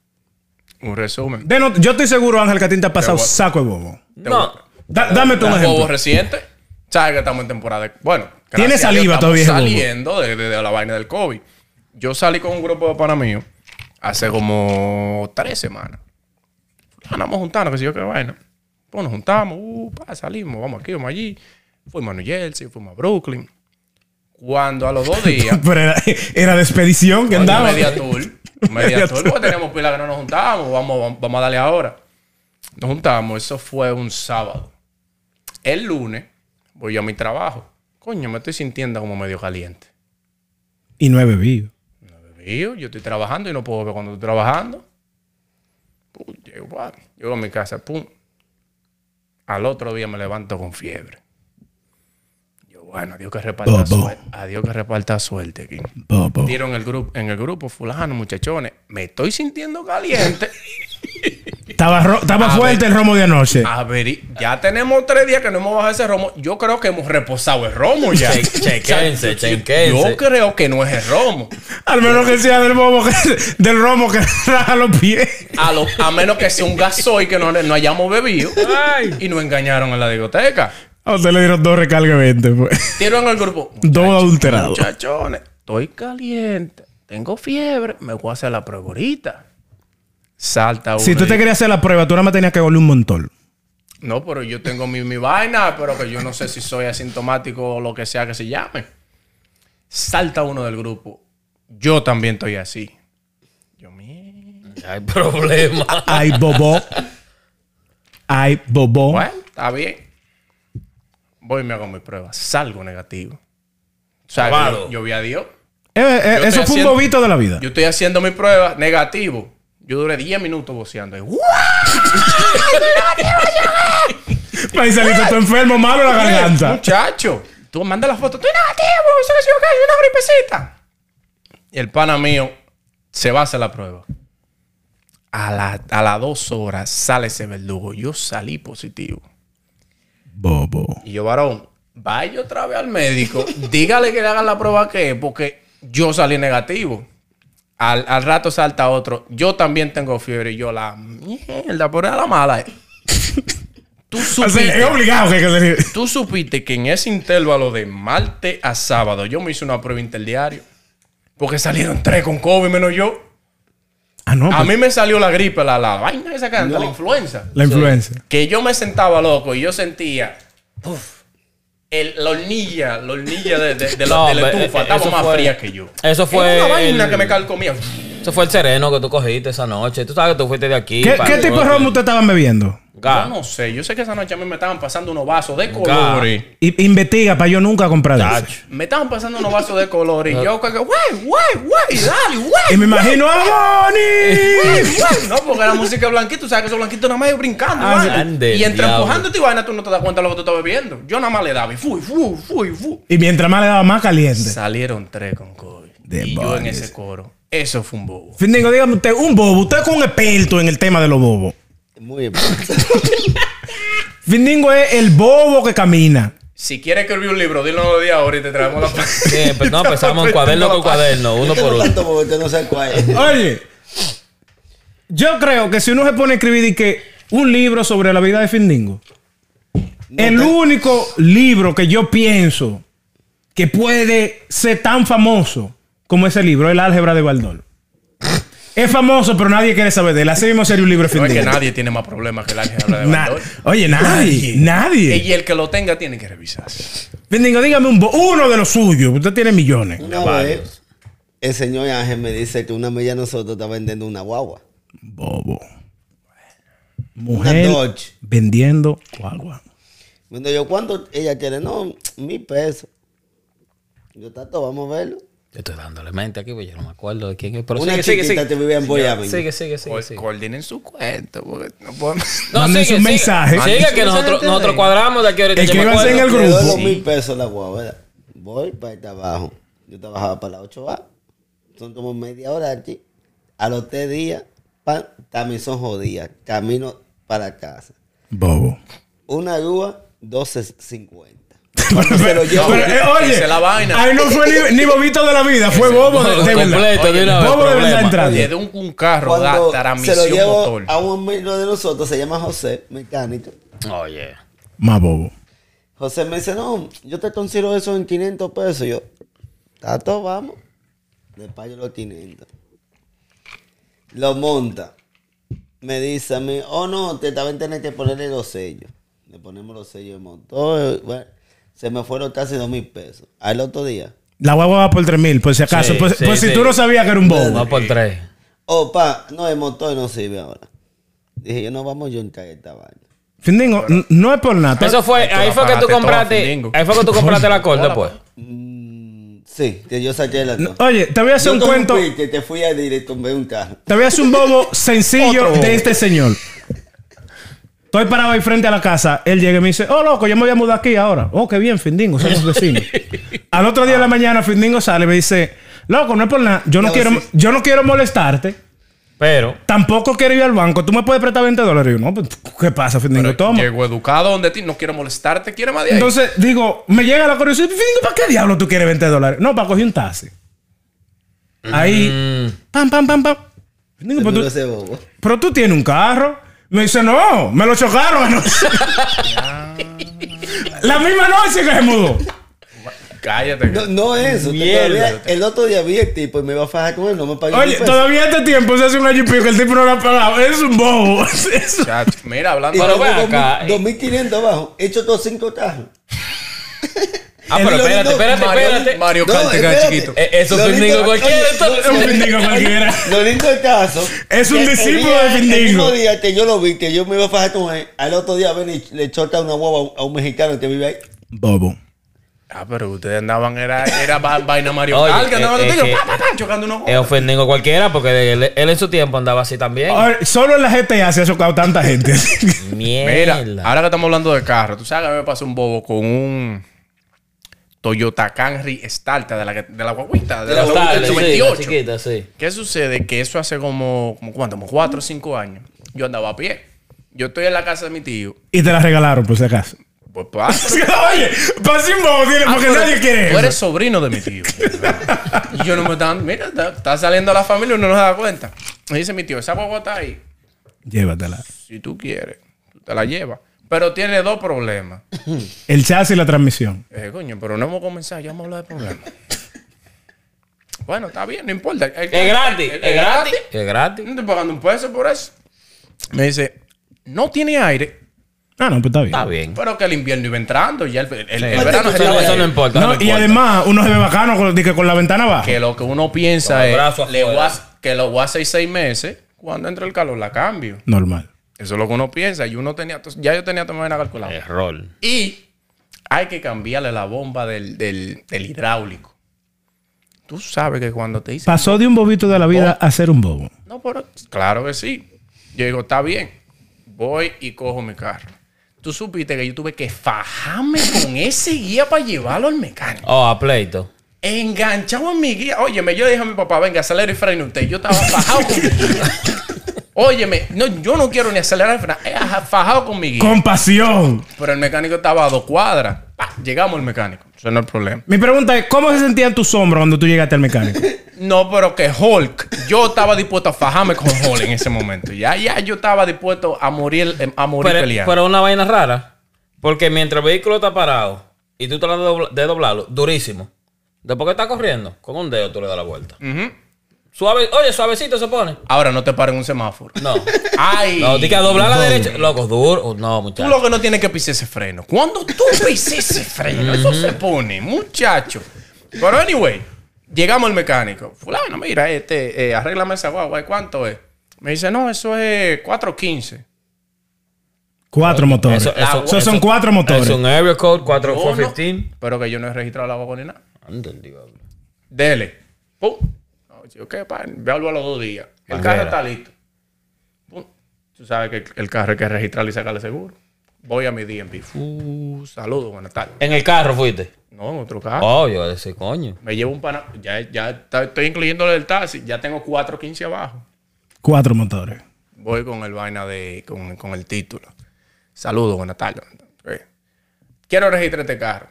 [SPEAKER 3] Un resumen.
[SPEAKER 1] De no- yo estoy seguro, Ángel, que a ti te ha pasado
[SPEAKER 3] Te voy a-
[SPEAKER 1] saco de bobo.
[SPEAKER 2] No.
[SPEAKER 1] Da- dame tú un
[SPEAKER 3] Bobo
[SPEAKER 1] ejemplo.
[SPEAKER 3] reciente. Sabes que estamos en temporada. de- Bueno, gracias
[SPEAKER 1] Tiene
[SPEAKER 3] a Dios
[SPEAKER 1] saliva
[SPEAKER 3] estamos
[SPEAKER 1] todavía ese bobo.
[SPEAKER 3] Saliendo de, de- de la vaina del COVID. Yo salí con un grupo de panas míos hace como tres semanas. Andamos juntando, que sé yo qué vaina. Pues nos juntamos, uh, pa, salimos, vamos aquí, vamos allí. Fuimos a New Jersey, fuimos a Brooklyn. Cuando a los dos días
[SPEAKER 1] Pero era, era de expedición que
[SPEAKER 3] Oye,
[SPEAKER 1] andaba.
[SPEAKER 3] Media tour.
[SPEAKER 1] Media
[SPEAKER 3] Media tour.
[SPEAKER 1] tour.
[SPEAKER 3] Porque tenemos pila que no nos juntábamos. Vamos, vamos, vamos a darle ahora. Nos juntamos. Eso fue un sábado. El lunes voy yo a mi trabajo. Coño, me estoy sintiendo como medio caliente.
[SPEAKER 1] Y no he bebido.
[SPEAKER 3] Mío, yo estoy trabajando y no puedo ver cuando estoy trabajando. Pum, llego, pa, llego a mi casa, pum. Al otro día me levanto con fiebre. Yo, bueno, adiós que reparta
[SPEAKER 1] Bobo.
[SPEAKER 3] suerte. Adiós que reparta suerte aquí.
[SPEAKER 1] Bobo.
[SPEAKER 3] Dieron el grupo, en el grupo, fulano, muchachones, me estoy sintiendo caliente.
[SPEAKER 1] Estaba, ro- estaba
[SPEAKER 2] Ah,
[SPEAKER 1] fuerte el romo de anoche.
[SPEAKER 3] A ver, ya tenemos tres días que no hemos bajado ese romo. Yo creo que hemos reposado el romo ya.
[SPEAKER 2] Che- chequense, chequense.
[SPEAKER 3] Yo creo que no es el romo.
[SPEAKER 1] Al menos que sea del bobo que- del romo que raja los pies.
[SPEAKER 3] A, lo- a menos que sea un gasoil que no, no hayamos bebido y nos engañaron en la discoteca.
[SPEAKER 1] A usted le dieron dos recargas de 20, pues.
[SPEAKER 3] Tiraron el grupo.
[SPEAKER 1] Dos adulterados.
[SPEAKER 3] Muchachones, estoy caliente, tengo fiebre, me voy a hacer la prueba ahorita. Salta uno.
[SPEAKER 1] Si tú
[SPEAKER 3] y-
[SPEAKER 1] te querías hacer la prueba, tú nada más tenías que oler un montón.
[SPEAKER 3] No, pero yo tengo mi, mi vaina, pero que yo no sé si soy asintomático o lo que sea que se llame. Salta uno del grupo. Yo también estoy así. Yo, mierda.
[SPEAKER 2] Hay problema.
[SPEAKER 1] Ay, bobo. Ay, bobo.
[SPEAKER 3] Bueno, está bien. Voy y me hago mi prueba. Salgo negativo. O sea,
[SPEAKER 2] Avaro.
[SPEAKER 3] yo, yo vi a Dios.
[SPEAKER 1] Eh, eh, eso
[SPEAKER 3] Yo estoy
[SPEAKER 1] fue
[SPEAKER 3] haciendo-
[SPEAKER 1] un bobito de la vida.
[SPEAKER 3] Yo estoy haciendo mi prueba negativo. Yo duré 10 minutos voceando. Y, uh, ¡guau!
[SPEAKER 1] Ahí saliste tú enfermo, malo en la garganta.
[SPEAKER 3] Muchacho, tú manda la foto. Estoy negativo. Eso que sí, ok, una gripecita. Y el pana mío se va a hacer la prueba. A la- a las dos horas sale ese verdugo. Yo salí positivo.
[SPEAKER 1] Bobo.
[SPEAKER 3] Y yo, varón, vaya otra vez al médico. dígale que le hagan la prueba que es, porque yo salí negativo. Al, al rato salta otro. Yo también tengo fiebre. Y yo, la mierda, por la mala. eh. Tú
[SPEAKER 1] O sea,
[SPEAKER 3] supiste.
[SPEAKER 1] es obligado que, que se-
[SPEAKER 3] Tú supiste que en ese intervalo de martes a sábado yo me hice una prueba interdiario. Porque salieron tres con COVID menos yo.
[SPEAKER 1] Ah, no.
[SPEAKER 3] A
[SPEAKER 1] pues,
[SPEAKER 3] mí me salió la gripe, la, la vaina esa que anda, la influenza.
[SPEAKER 1] La influencia.
[SPEAKER 3] Que yo me sentaba loco y yo sentía. uf, el, la hornilla, la hornilla de, de- de la,
[SPEAKER 2] No,
[SPEAKER 3] de la
[SPEAKER 2] pero,
[SPEAKER 3] estufa
[SPEAKER 2] eh,
[SPEAKER 3] estaba
[SPEAKER 2] eso
[SPEAKER 3] más
[SPEAKER 2] fue-
[SPEAKER 3] fría que yo.
[SPEAKER 2] eso fue
[SPEAKER 3] Era una vaina
[SPEAKER 2] el-
[SPEAKER 3] que me calcomía.
[SPEAKER 2] Eso fue el sereno que tú cogiste esa noche. Tú sabes que tú fuiste de aquí.
[SPEAKER 1] ¿Qué,
[SPEAKER 2] para-
[SPEAKER 1] qué tipo de romo ustedes estaban bebiendo?
[SPEAKER 3] Yo
[SPEAKER 2] Ga.
[SPEAKER 3] no sé, yo sé que esa noche a mí me estaban pasando unos vasos de colores.
[SPEAKER 1] I- investiga para yo nunca comprar de eso.
[SPEAKER 3] Me estaban pasando unos vasos de colores. Y yo, que, que, güey, güey, güey, dale, güey.
[SPEAKER 1] Y me imagino a Bonnie.
[SPEAKER 3] No, porque la música blanquita, tú sabes que esos blanquitos nada más ellos brincando.
[SPEAKER 2] Ah,
[SPEAKER 3] vaina.
[SPEAKER 2] ande,
[SPEAKER 3] y entre
[SPEAKER 2] diablo.
[SPEAKER 3] empujándote y vaina, tú no te das cuenta de lo que tú estás bebiendo. Yo nada más le daba y fui, fui, fui, fui.
[SPEAKER 1] Y mientras más le daba más caliente.
[SPEAKER 3] Salieron tres con COVID. y yo en
[SPEAKER 1] Demonios.
[SPEAKER 3] ese coro. Eso fue un bobo.
[SPEAKER 1] Findingo, dígame usted, un bobo. Usted es un experto en el tema de los bobos.
[SPEAKER 4] Muy importante.
[SPEAKER 1] Findingo es el bobo que camina.
[SPEAKER 3] Si quieres escribir un libro, dilo los días ahora y te traemos la
[SPEAKER 2] Sí, pues, no, empezamos en cuaderno con cuaderno, uno por
[SPEAKER 4] Por
[SPEAKER 2] uno.
[SPEAKER 4] tanto, porque usted no sabe cuál es.
[SPEAKER 1] Oye, yo creo que si uno se pone a escribir y que un libro sobre la vida de Findingo, el único libro que yo pienso que puede ser tan famoso como ese libro, El Álgebra de Baldor. Es famoso, pero nadie quiere saber de él. Así mismo sería un libro de
[SPEAKER 3] No es
[SPEAKER 1] Findingo.
[SPEAKER 3] que nadie tiene más problemas que el ángel de
[SPEAKER 1] Na-
[SPEAKER 3] Bandol.
[SPEAKER 1] Oye, nadie. Nadie.
[SPEAKER 3] Y el que lo tenga tiene que revisarse.
[SPEAKER 1] Findingo, dígame un bo- uno de los suyos. Usted tiene millones.
[SPEAKER 4] Una vez, el señor Ángel me dice que una amiga de nosotros está vendiendo una guagua.
[SPEAKER 1] Bobo. Mujer
[SPEAKER 4] Dodge.
[SPEAKER 1] vendiendo guagua.
[SPEAKER 4] Cuando yo, ¿cuánto ella quiere? No, mil pesos. Yo, Tato, vamos a verlo.
[SPEAKER 2] Yo estoy dándole mente aquí, porque yo no me acuerdo de quién es. Pero
[SPEAKER 4] Una
[SPEAKER 2] sigue, sigue,
[SPEAKER 4] chiquita
[SPEAKER 2] sigue.
[SPEAKER 4] te vivía en Boyamen.
[SPEAKER 2] Sigue, sigue, sigue.
[SPEAKER 3] Co-
[SPEAKER 2] sigue.
[SPEAKER 3] Coordinen su cuento. porque no podemos-
[SPEAKER 2] No,
[SPEAKER 1] Manden
[SPEAKER 2] sigue,
[SPEAKER 1] su
[SPEAKER 2] sigue.
[SPEAKER 1] mensaje.
[SPEAKER 2] Sigue, que nosotros,
[SPEAKER 3] Manden su
[SPEAKER 2] nosotros
[SPEAKER 3] mensaje.
[SPEAKER 2] cuadramos de aquí ahorita. yo me
[SPEAKER 1] Escríbanse en
[SPEAKER 2] acuerdo.
[SPEAKER 1] el
[SPEAKER 4] Me
[SPEAKER 1] grupo.
[SPEAKER 4] dio dos mil pesos la guagua, ¿verdad? Voy para el trabajo. Yo trabajaba para la 8A. Son como media hora allí. A los tres días, pan, también son jodidas. Camino para casa.
[SPEAKER 1] Bobo.
[SPEAKER 4] Una grúa, 12.50.
[SPEAKER 1] Pero,
[SPEAKER 4] llevo.
[SPEAKER 1] pero, eh, oye,
[SPEAKER 3] Esa es la vaina.
[SPEAKER 1] ahí no fue ni, ni bobito de la vida, fue bobo de, de verdad.
[SPEAKER 2] Completo, de una vez,
[SPEAKER 1] bobo de verdad
[SPEAKER 2] problema.
[SPEAKER 1] entrando.
[SPEAKER 3] Oye, de un, un carro da
[SPEAKER 4] Cuando se lo
[SPEAKER 3] transmisión
[SPEAKER 4] llevo
[SPEAKER 3] motor.
[SPEAKER 4] a un amigo de nosotros, se llama José, mecánico.
[SPEAKER 2] Oye.
[SPEAKER 1] Más bobo.
[SPEAKER 4] José me dice, no, yo te consigo eso en 500 pesos. Yo, Tato, vamos. Le pago los 500. Lo monta. Me dice a mí, oh no, te también tenés que ponerle los sellos. Le ponemos los sellos de motor. Bueno, se me fueron casi dos mil pesos. Al otro día.
[SPEAKER 1] La guagua va por 3 mil, por si acaso.
[SPEAKER 2] Sí,
[SPEAKER 1] pues
[SPEAKER 2] sí,
[SPEAKER 1] pues si
[SPEAKER 2] sí.
[SPEAKER 1] tú no sabías que era un bobo.
[SPEAKER 2] Va por tres.
[SPEAKER 4] Oh, pa, no, el motor no sirve ahora. Dije, yo no vamos yo a esta vaina.
[SPEAKER 1] Findingo, n- no es por nada.
[SPEAKER 2] Eso fue,
[SPEAKER 3] Esto
[SPEAKER 2] ahí fue que tú
[SPEAKER 3] apagaste todo,
[SPEAKER 2] compraste,
[SPEAKER 3] Findingo.
[SPEAKER 2] ahí fue que tú compraste la corte, pues.
[SPEAKER 4] Mm, sí, que yo saqué la cosa.
[SPEAKER 1] Oye, te voy a hacer
[SPEAKER 4] Yo
[SPEAKER 1] un
[SPEAKER 4] con
[SPEAKER 1] cuento.
[SPEAKER 4] pique Que te fui a directo, compré un carro.
[SPEAKER 1] Te voy a hacer un bobo sencillo
[SPEAKER 3] Otro bobo.
[SPEAKER 1] de este señor. Estoy parado ahí frente a la casa. Él llega y me dice, oh, loco, yo me voy a mudar aquí ahora. Oh, qué bien, Findingo, somos vecinos. Al otro día de la mañana, Findingo sale y me dice, loco, no es por nada. Yo no,
[SPEAKER 4] Ya,
[SPEAKER 1] quiero,
[SPEAKER 4] sí.
[SPEAKER 1] yo no quiero molestarte.
[SPEAKER 2] Pero,
[SPEAKER 1] Tampoco quiero ir al banco. Tú me puedes prestar 20 dólares. Y yo, no, pues, ¿qué pasa, Findingo? Toma.
[SPEAKER 3] Llego educado donde ti, no quiero molestarte, quiero más de ahí.
[SPEAKER 1] Entonces, digo, me llega la curiosidad. Findingo, ¿para qué diablo tú quieres 20 dólares? No, para coger un taxi. Ahí,
[SPEAKER 3] Mm.
[SPEAKER 1] pam, pam, pam, pam. Findingo,
[SPEAKER 4] Seguro
[SPEAKER 1] pero tú,
[SPEAKER 4] ese bobo.
[SPEAKER 1] pero tú tienes un carro. Me dice, no, me lo chocaron anoche. la misma noche que se mudó.
[SPEAKER 3] Cállate.
[SPEAKER 4] No, no eso. que
[SPEAKER 2] Mierda.
[SPEAKER 4] todavía- el otro día vi el tipo y me va a fajar con él, no me pagó
[SPEAKER 1] Oye, todavía este tiempo se hace un año y pico que el tipo no lo ha pagado. Es un bobo. Es un-
[SPEAKER 3] Chacho, mira, hablando
[SPEAKER 2] Pero ve
[SPEAKER 4] Pero ve
[SPEAKER 2] acá, eh.
[SPEAKER 4] 2500 abajo. He hecho otros cinco carros.
[SPEAKER 2] ah, pero
[SPEAKER 4] Él lo
[SPEAKER 2] espérate,
[SPEAKER 4] dijo,
[SPEAKER 2] espérate,
[SPEAKER 3] Mario,
[SPEAKER 2] espérate.
[SPEAKER 3] Mario
[SPEAKER 4] No,
[SPEAKER 3] Kart te cae
[SPEAKER 4] espérate.
[SPEAKER 3] chiquito.
[SPEAKER 2] Eh, Eso es
[SPEAKER 4] Lo
[SPEAKER 2] un
[SPEAKER 4] dijo-
[SPEAKER 2] niño cualquiera.
[SPEAKER 4] Oye,
[SPEAKER 1] es un
[SPEAKER 2] entonces.
[SPEAKER 1] pendejo cualquiera.
[SPEAKER 4] Lo lindo del caso.
[SPEAKER 1] Es un
[SPEAKER 4] que el
[SPEAKER 1] discípulo
[SPEAKER 4] día-
[SPEAKER 1] de Findingo.
[SPEAKER 4] El mismo día que yo lo vi, que yo me iba a fajar con él, al otro día ven y le chota una guava a un- a un mexicano que vive ahí.
[SPEAKER 1] Bobo.
[SPEAKER 3] Ah, pero ustedes andaban, era, era va- vaina Mario
[SPEAKER 2] Oye,
[SPEAKER 3] Kart, que
[SPEAKER 2] eh,
[SPEAKER 3] andaban
[SPEAKER 2] eh,
[SPEAKER 3] los tigres,
[SPEAKER 2] que-
[SPEAKER 3] pa, pa, pa, chocando unos
[SPEAKER 2] Es ofendido cualquiera porque él, él en su tiempo andaba así también.
[SPEAKER 1] Ahora, Solo en la GTA se ha chocado tanta gente.
[SPEAKER 2] Mierda.
[SPEAKER 3] Mira,
[SPEAKER 1] ah,
[SPEAKER 3] ahora que estamos hablando de carro, tú sabes que a mí me pasó un bobo con un Toyota Camry Starter de la, que- de la guaguita, de
[SPEAKER 2] Las
[SPEAKER 3] la, guaguita
[SPEAKER 2] tardes,
[SPEAKER 3] del
[SPEAKER 2] sí, las
[SPEAKER 3] 28.
[SPEAKER 2] chiquitas, sí.
[SPEAKER 3] ¿Qué sucede? Que eso hace como, como ¿cuánto? Como 4 o 5 años. Yo andaba a pie. Yo estoy en la casa de mi tío.
[SPEAKER 1] y te la regalaron, por si acaso.
[SPEAKER 3] Pues pa.
[SPEAKER 1] Oye, pase un bobo, tiene, porque
[SPEAKER 3] Ah, pero
[SPEAKER 1] nadie quiere
[SPEAKER 3] Tú
[SPEAKER 1] eso.
[SPEAKER 3] eres sobrino de mi tío. y yo no me estaba. Mira, está, está saliendo la familia y uno no se da cuenta. Me dice mi tío, esa guagua está ahí.
[SPEAKER 1] Llévatela.
[SPEAKER 3] Si tú quieres, tú te la llevas. Pero tiene dos problemas.
[SPEAKER 1] El chasis y la transmisión.
[SPEAKER 3] Eh, coño, pero no hemos comenzado, ya hemos hablado de problemas. bueno, está bien, no importa.
[SPEAKER 2] Es gratis, es gratis. Es gratis.
[SPEAKER 3] No estoy pagando un peso por eso. Me dice, no tiene aire,
[SPEAKER 1] Ah, no, pues está bien.
[SPEAKER 2] Está bien.
[SPEAKER 3] pero que el invierno iba entrando. Ya el, el- el
[SPEAKER 2] Sí.
[SPEAKER 3] verano se
[SPEAKER 2] Eso no-
[SPEAKER 3] estaba-
[SPEAKER 2] eso no importa.
[SPEAKER 1] No,
[SPEAKER 2] no
[SPEAKER 1] y
[SPEAKER 2] importa.
[SPEAKER 1] además, uno se ve bacano con, de que con la ventana baja.
[SPEAKER 3] Que lo que uno piensa
[SPEAKER 2] Con los brazos
[SPEAKER 3] es le voy a-
[SPEAKER 2] afuera.
[SPEAKER 3] que lo voy a hacer seis meses. Cuando entre el calor, la cambio.
[SPEAKER 1] Normal.
[SPEAKER 3] Eso es lo que uno piensa. Y uno tenía, ya yo tenía también una calculada.
[SPEAKER 2] Error.
[SPEAKER 3] Y hay que cambiarle la bomba del, del- del hidráulico. Tú sabes que cuando te dicen
[SPEAKER 1] Pasó de un bobito de la vida a ser un bobo.
[SPEAKER 3] No, pero claro que sí. Yo digo, está bien. Voy y cojo mi carro. Tú supiste que yo tuve que fajarme con ese guía para llevarlo al mecánico.
[SPEAKER 2] Oh, a pleito.
[SPEAKER 3] Enganchado en mi guía. Óyeme, yo le dije a mi papá, venga, acelera y frena usted. Yo estaba fajado con mi guía. Óyeme, no, yo no quiero ni acelerar y frenar. Era fajado con mi guía.
[SPEAKER 1] Con pasión.
[SPEAKER 3] Pero el mecánico estaba a dos cuadras. Pa, llegamos al mecánico. Eso no es el problema.
[SPEAKER 1] Mi pregunta es, ¿cómo se sentían tus hombros cuando tú llegaste al mecánico?
[SPEAKER 3] No, pero que Hulk. Yo estaba dispuesto a fajarme con Hulk en ese momento. Ya, ya, yo estaba dispuesto a morir, eh, a morir
[SPEAKER 2] Pero,
[SPEAKER 3] peleando.
[SPEAKER 2] pero una vaina rara. Porque mientras el vehículo está parado y tú tratas de, dobla- de doblarlo, durísimo. Después que está corriendo, con un dedo tú le das la vuelta.
[SPEAKER 3] Ujú.
[SPEAKER 2] Suave, oye, suavecito se pone.
[SPEAKER 3] Ahora no te paren un semáforo.
[SPEAKER 2] No.
[SPEAKER 3] Ay.
[SPEAKER 2] No, tienes que doblar a la derecha. Loco, duro. Oh, No,
[SPEAKER 3] Tú
[SPEAKER 2] muchacho.
[SPEAKER 3] lo que no tienes que pisar ese freno. Cuando tú pisas ese freno, eso se pone, muchacho. Pero anyway, llegamos al mecánico. Fulano, mira, este, eh, arréglame esa guagua. ¿Y ¿Cuánto es? Me dice, no, eso es 415.
[SPEAKER 1] Cuatro motores.
[SPEAKER 2] eso- eso-
[SPEAKER 1] Esos son
[SPEAKER 2] eso-
[SPEAKER 1] cuatro motores.
[SPEAKER 2] Es un area code 4
[SPEAKER 3] Yo no-
[SPEAKER 2] 415.
[SPEAKER 3] Pero que yo no he registrado la guagua ni nada.
[SPEAKER 2] Anda el diablo.
[SPEAKER 3] Dele. Pum. No, yo, ¿qué, pa? Véalo a los dos días. El
[SPEAKER 2] Manguera.
[SPEAKER 3] carro está listo. Pum. Tú sabes que el carro hay que registrarlo y sacarle seguro. Voy a mi DMV. Fu, saludos, buenas tardes.
[SPEAKER 2] En el carro fuiste.
[SPEAKER 3] No, en otro carro.
[SPEAKER 2] Oh, yo ese coño.
[SPEAKER 3] Me llevo un pana. Ya, ya está- estoy incluyendo el taxi. Ya tengo 4.15 abajo.
[SPEAKER 1] Cuatro motores.
[SPEAKER 3] Voy con el vaina de. con, con el título. Saludos, buenas tardes. Eh, Quiero registrar este carro.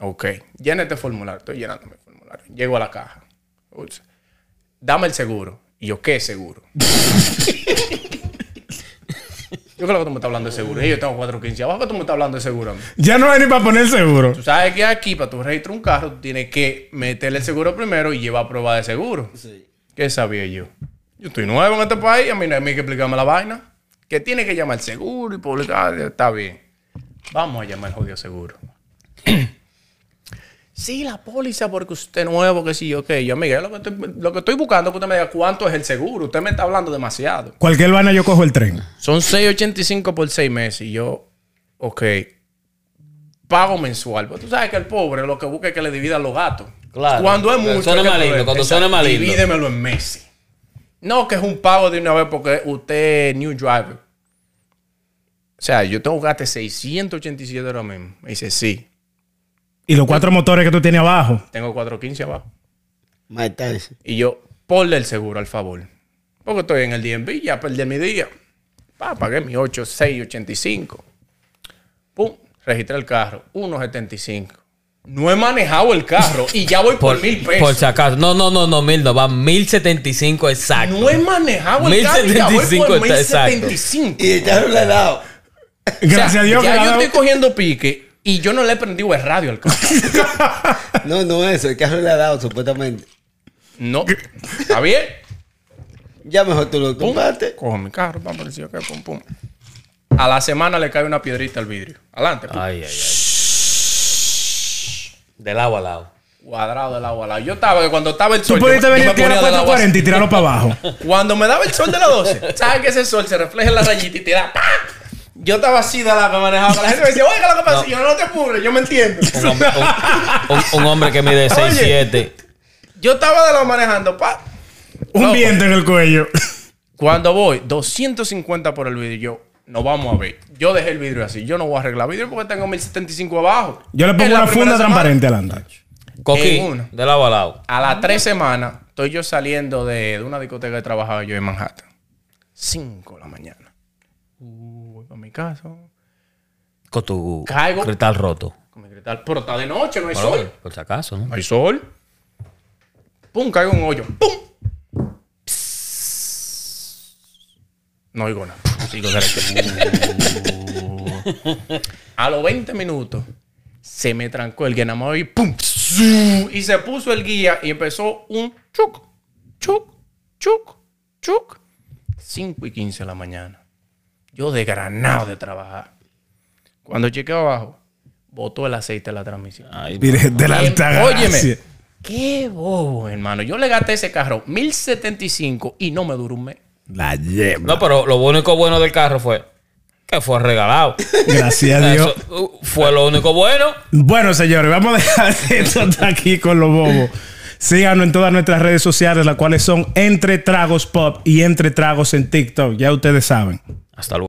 [SPEAKER 3] Ok. Llena este formulario. Estoy llenando mi formulario. Llego a la caja. Ups. Dame el seguro. Y yo, ¿qué seguro? yo creo que tú me estás hablando de seguro. Y yo tengo 4.15 abajo. ¿Qué tú me estás hablando de seguro a mí?
[SPEAKER 1] Ya no hay ni para poner seguro.
[SPEAKER 3] Tú sabes que aquí, para tú registrar un carro, tú tienes que meterle el seguro primero y llevar prueba de seguro.
[SPEAKER 4] Sí.
[SPEAKER 3] ¿Qué sabía yo? Yo estoy nuevo en este país, a mí no hay que explicarme la vaina. Que tiene que llamar al seguro y publicar, ah, está bien. Vamos a llamar al jodido seguro. sí, la póliza, porque usted es nuevo, que sí, ok. Yo, amiga, yo lo que, estoy, lo que estoy buscando es que usted me diga cuánto es el seguro. Usted me está hablando demasiado.
[SPEAKER 1] Cualquier vaina yo cojo el tren.
[SPEAKER 3] Son 6.85 por 6 meses. Y yo, ok, pago mensual. Pero tú sabes que el pobre lo que busca es que le dividan los gastos.
[SPEAKER 2] Claro.
[SPEAKER 3] Cuando es
[SPEAKER 2] Cuando
[SPEAKER 3] mucho.
[SPEAKER 2] suena
[SPEAKER 3] es que
[SPEAKER 2] más
[SPEAKER 3] tú
[SPEAKER 2] lindo,
[SPEAKER 3] ves,
[SPEAKER 2] cuando
[SPEAKER 3] exacto,
[SPEAKER 2] suena más lindo.
[SPEAKER 3] Divídemelo en meses. No, que es un pago de una vez porque usted es new driver. O sea, yo tengo gasto de 687 ahora mismo. Me dice, sí,
[SPEAKER 1] Y los cuatro motores que tú tienes abajo.
[SPEAKER 3] tengo 415 abajo.
[SPEAKER 4] Mike Tyson.
[SPEAKER 3] Y yo, ponle el seguro al favor. Porque estoy en el DMV, ya perdí mi día. Pa, pagué mi 8685. Pum, registré el carro, 175. No he manejado el carro y ya voy por, mil
[SPEAKER 2] Por si
[SPEAKER 3] pesos.
[SPEAKER 2] acaso. No, no, no, no, mil no. Va 1075 exacto.
[SPEAKER 3] no he manejado el carro y ya voy
[SPEAKER 2] 1075
[SPEAKER 3] por
[SPEAKER 2] está- exacto.
[SPEAKER 3] 1075.
[SPEAKER 4] Y el carro le ha dado.
[SPEAKER 1] Gracias
[SPEAKER 3] O sea,
[SPEAKER 1] a Dios que
[SPEAKER 3] Ya
[SPEAKER 1] la-
[SPEAKER 3] yo estoy cogiendo pique y yo no le he prendido el radio al carro.
[SPEAKER 4] No, no eso. El carro le ha dado, supuestamente.
[SPEAKER 3] no. ¿Está bien?
[SPEAKER 4] Ya mejor tú lo compraste.
[SPEAKER 3] Cojo mi carro, vamos, decir, ok, pum, pum. A la semana le cae una piedrita al vidrio. Adelante, pues. pum.
[SPEAKER 2] Ay, ay, ay. De lado a lado.
[SPEAKER 3] Cuadrado del agua al lado. Yo estaba que cuando estaba el
[SPEAKER 1] Tú
[SPEAKER 3] sol.
[SPEAKER 1] pudiste
[SPEAKER 3] yo me-
[SPEAKER 1] venir
[SPEAKER 3] yo me
[SPEAKER 1] a tirar
[SPEAKER 3] ponía del agua
[SPEAKER 1] 440 y tirarlo para abajo.
[SPEAKER 3] así. Cuando me daba el sol de las 12, ¿sabes que ese sol se refleja en la rayita y te da ¡pa! Yo estaba así de la me manejaba. La gente me decía, oiga lo que pasa. Y Yo no te apures, yo me entiendo.
[SPEAKER 2] Un, hombre- un- un- un hombre que mide 6'7".
[SPEAKER 3] Yo estaba de la manejando, pa.
[SPEAKER 1] Un
[SPEAKER 3] Loco.
[SPEAKER 1] viento en el cuello.
[SPEAKER 3] Cuando voy, 250 por el vidrio. Yo, no vamos a ver. Yo dejé el vidrio así. Yo no voy a arreglar vidrio porque tengo 1075 abajo.
[SPEAKER 1] Yo le
[SPEAKER 3] En
[SPEAKER 1] pongo
[SPEAKER 3] la
[SPEAKER 1] una
[SPEAKER 3] primera
[SPEAKER 1] funda
[SPEAKER 3] semana.
[SPEAKER 1] transparente adelante.
[SPEAKER 2] Coquín,
[SPEAKER 3] En uno.
[SPEAKER 2] de lado a lado.
[SPEAKER 3] A las tres semanas estoy yo saliendo de, de una discoteca que trabajaba yo en Manhattan. Cinco de la mañana. Uh, voy para mi casa.
[SPEAKER 2] Con tu
[SPEAKER 3] Caigo.
[SPEAKER 2] cristal roto.
[SPEAKER 3] Con mi cristal. Pero está de noche, no hay
[SPEAKER 2] Bueno,
[SPEAKER 3] sol.
[SPEAKER 2] por si acaso, ¿no?
[SPEAKER 3] No hay sol. Pum, caigo en un hoyo. Pum. No oigo nada. Sigo derecho. A los 20 minutos se me trancó el guía. Nada más oí pum. zoom, Y se puso el guía y empezó un chuc, chuc, chuc, chuc. 5 y 15 de la mañana. Yo desgranado de trabajar. Cuando chequeo abajo, botó el aceite de la transmisión.
[SPEAKER 2] Ay,
[SPEAKER 1] Virgen de la alta
[SPEAKER 3] Eh, Óyeme,
[SPEAKER 1] gracia.
[SPEAKER 3] qué bobo, hermano. Yo le gasté ese carro 1075 y no me duró un mes.
[SPEAKER 1] La lleva.
[SPEAKER 2] No, pero lo único bueno del carro fue que fue regalado.
[SPEAKER 1] Gracias a Dios.
[SPEAKER 2] Eso uh, fue lo único bueno.
[SPEAKER 1] Bueno, señores, vamos a dejar esto hasta aquí con los bobos. Síganos en todas nuestras redes sociales, las cuales son Entre Tragos Pop y Entre Tragos en TikTok. Ya ustedes saben.
[SPEAKER 2] Hasta luego.